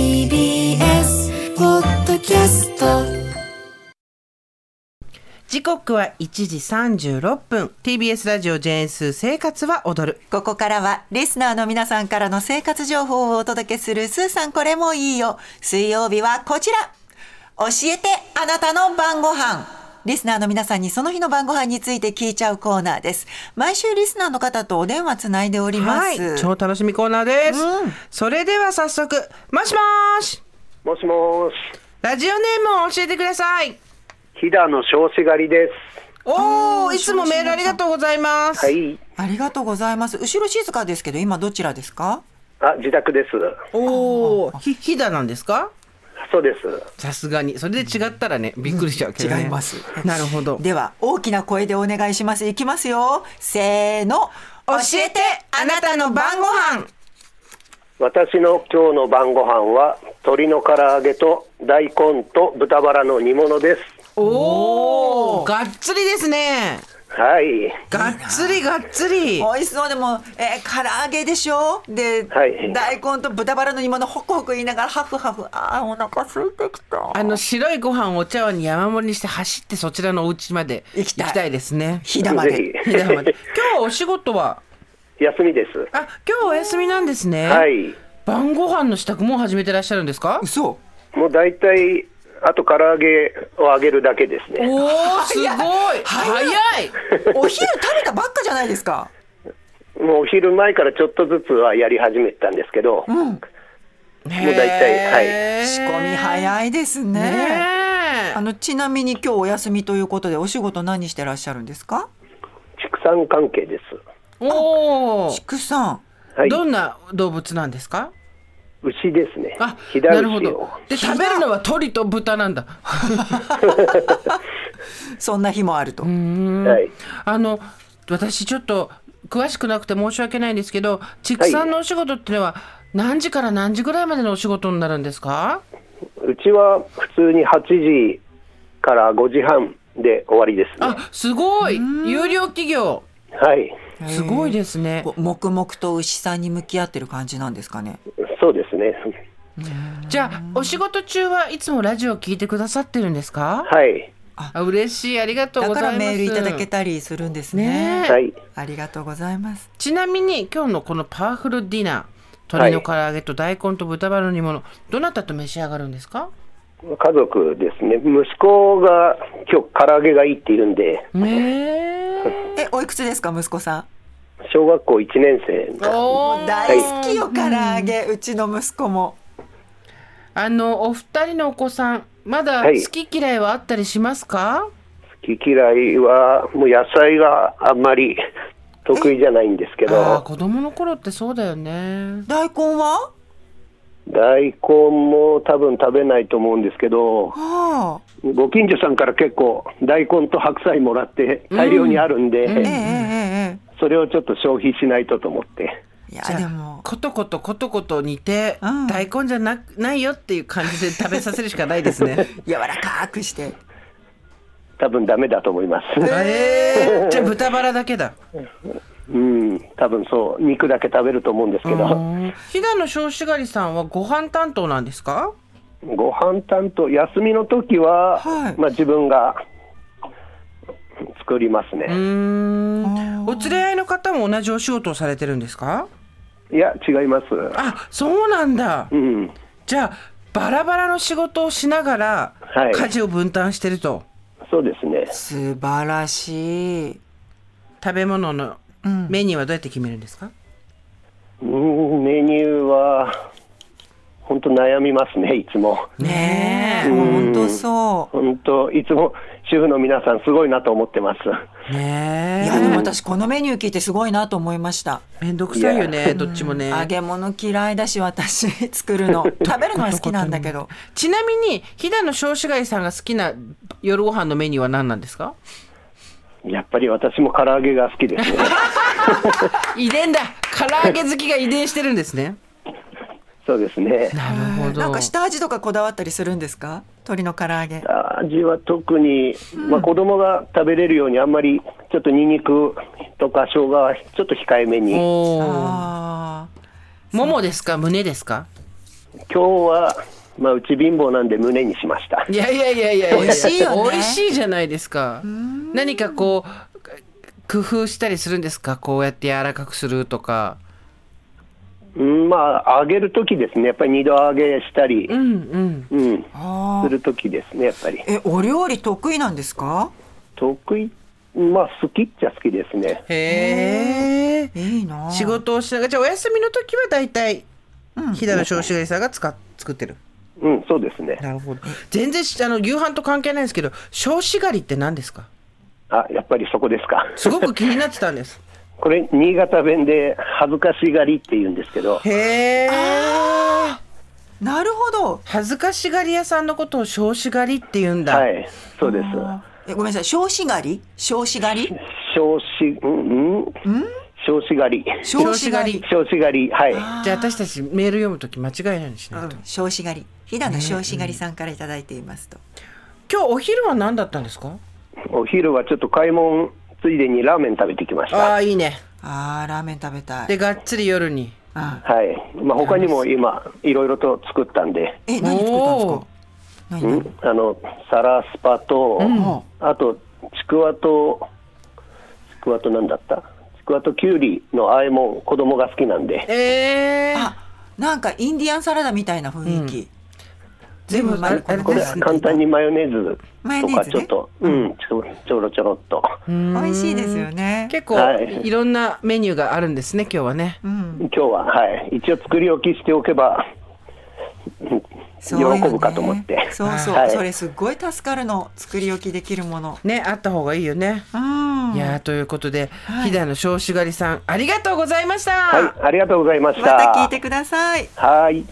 TBS ポッドキャスト時刻は1時36分 TBS ラジオ JS 生活は踊るここからはリスナーの皆さんからの生活情報をお届けするスーさんこれもいいよ水曜日はこちら教えてあなたの晩ご飯リスナーの皆さんにその日の晩ご飯について聞いちゃうコーナーです毎週リスナーの方とお電話つないでおりまはす、い超楽しみコーナーです、うんそれでは早速もしもーしもしもーし、ラジオネームを教えてください飛騨の少子狩りで。おあーーいつもメールありがとうございますす、はい。ありがとうございます後ろ静かですけど今どちらですかあ、自宅です。おーひひだなんですかそうです。さすがにそれで違ったらねびっくりしちゃうけど、ね、違いますなるほどでは大きな声でお願いしますいきますよせーの教えてあなたの晩ご飯私の今日の晩ご飯は、鶏の唐揚げと大根と豚バラの煮物です。おおがっつりですねはい。がっつりがっつり美味しそうでも、えー、唐揚げでしょで、はい大根と豚バラの煮物ホクホク言いながらハフハフあーお腹空いてきたあの白いご飯をお茶碗に山盛りにして走ってそちらのお家まで行きたいですね。ひだまでぜひだまで今日お仕事はひ。休みです。あ今日お休みなんですね。はい。晩ご飯の支度もう始めてらっしゃるんですか。嘘もう大体、あと唐揚げを揚げるだけですおね。おすごい早い早い お昼食べたばっかじゃないですかもうお昼前からちょっとずつはやり始めてたんですけど、もう大体はい仕込み早いですねねあのちなみに今日お休みということでお仕事何してらっしゃるんですか畜産関係です。え。おお、畜産はい。どんな動物なんですか。牛ですねあ。飛な騨るほ牛どを。。で食べるのは鳥と豚なんだ。そんな日もあると、はい。あの私ちょっと詳しくなくて申し訳ないんですけど畜産のお仕事っていうのは何時から何時ぐらいまでのお仕事になるんですかうちは普通に8時から5時半で終わりですね。あすごい有料企業はい、すごいですねこう黙々と牛さんに向き合ってる感じなんですかねそうですね。じゃあお仕事中はいつもラジオ聞いてくださってるんですかはい、あ嬉しいありがとうだござかいまらすメールいただけたりするんですねえねはい、ありがとうございます。ちなみに今日のこのパワフルディナー鶏の唐揚げと大根と豚バラの煮物、どなたと召し上がるんですか家族ですね。息子が今日唐揚げがいいって言うんで、ねええ、おいくつですか、息子さん。小学校1年生おー大好きよ、唐揚げ、うちの息子も。あのお二人のお子さんまだはい好き嫌いはあったりしますか、好き嫌いはもう野菜があんまり得意じゃないんですけああど、子供の頃ってそうだよね大根は。大根も多分食べないと思うんですけど、はあ。ご近所さんから結構大根と白菜もらって大量にあるんで、えええええそれをちょっと消費しないとと思って。え。いやじ、ゃあでも。ことことことこと煮て、うん大根じゃなないよっていう感じで 食べさせるしかないです ね柔らかくして。多分ダメだと思います。えー、じゃあ豚バラだけだうん、多分そう、肉だけ食べると思うんですけど、飛騨の少子狩りさんはご飯担当なんですかご飯担当、休みの時は、はいまあ自分が作りますね。うーあんーお連れ合いの方も同じお仕事をされてるんですかいや、違います。あそうなんだうん、じゃあバラバラの仕事をしながら、はい家事を分担してるとそうですね。素晴らしい。食べ物のメニューはどうやって決めるんですか、うん、メニューは、本当悩みますね、いつも。ねえ、本当そ本当、いつも主婦の皆さん、すごいなと思ってます。う。ねいえや、でも、私、このメニュー聞いて、すごいなと思いました。めんどくさいよいねどっちもね揚げ物嫌いだし、私、作るの、食べるのは好きなんだけど。ちなみに飛騨の少子貝さんが好きな夜ご飯のメニューは何なんですかやっぱり私も唐揚げが好 きですね。遺伝だ唐揚げ好きが遺伝してるんですねそうですね。なるほどなんか下味とかこだわったりするんですか。鶏の唐揚げ。味は特に、まあ、子供が食べれるようにあんまりちょっとニンニクとか生姜はちょっと控えめにおーああ。ももですか胸ですか今日は、まあ、うち貧乏なんで胸にしました。いやいやいやいやや美味しいよね美味しいじゃないですか何かこう工夫したりするんですかこうやって柔らかくするとかうん、まあ、揚げるときですね、やっぱり二度揚げしたり、うんうんうん、あーするときですね、やっぱり。え、お料理得意なんですか得意、まあ、好きっちゃ好きですね。へえいいなあ仕事をしながらじゃあお休みの時は大体飛騨の少子がりさんが使っ作ってるうん、そうですね。なるほど全然しあの夕飯と関係ないんですけど少子狩りって何ですかあ、やっぱりそこですか。すごく気になってたんですこれ、新潟弁で恥ずかしがりって言うんですけど、へえなるほど恥ずかしがり屋さんのことを少子狩りって言うんだ、はい、そうです。えごめんなさい少子狩り少子狩り少子、うん、うん、少子狩り。少子狩り少子狩り、はい。じゃあ私たちメール読むとき間違いないようにしないと、うん少子狩り飛騨の少子狩りさんからいただいていますと、今日お昼は何だったんですかお昼はちょっと買い物ついでにラーメン食べてきましあた。あいいねあーラーメン食べたいでがっつり夜にあはい。まあ、他にも今、いろいろと作ったんで、え何作ったんですか何う何ん、あの、サラスパと、あと、ちくわと、ちくわと何だったちくわときゅうりのあえもん、子供が好きなんで、ええー、あなんかインディアンサラダみたいな雰囲気、でもあれあれこれです簡単にマヨネーズマヨとネーかズねちょっと、うん、ちょちょろちょろっと。美味しいですよね結構はいいろんなメニューがあるんですね今日はね、今日は、はい、一応作り置きしておけば、うん喜そうよねぶかと思って。そうそう、はいそれすっごい助かるの作り置きできるものねあった方がいいよね、うんいやーということで、はい飛騨の少子狩りさんありがとうございました、はい、ありがとうございましまた。た聞いてくださいはい。